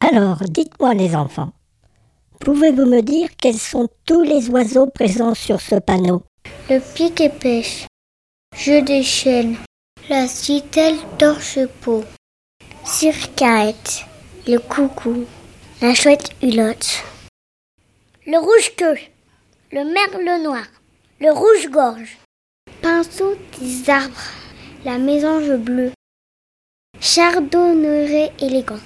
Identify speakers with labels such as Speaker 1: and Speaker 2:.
Speaker 1: Alors, dites-moi les enfants, pouvez-vous me dire quels sont tous les oiseaux présents sur ce panneau
Speaker 2: Le pic et pêche. Je déchaîne. La citelle torche-peau. Circaète. Le coucou. La chouette hulotte. Le rouge-queue. Le merle noir. Le rouge-gorge. Pinceau des arbres. La mésange bleue. Chardonneret élégant.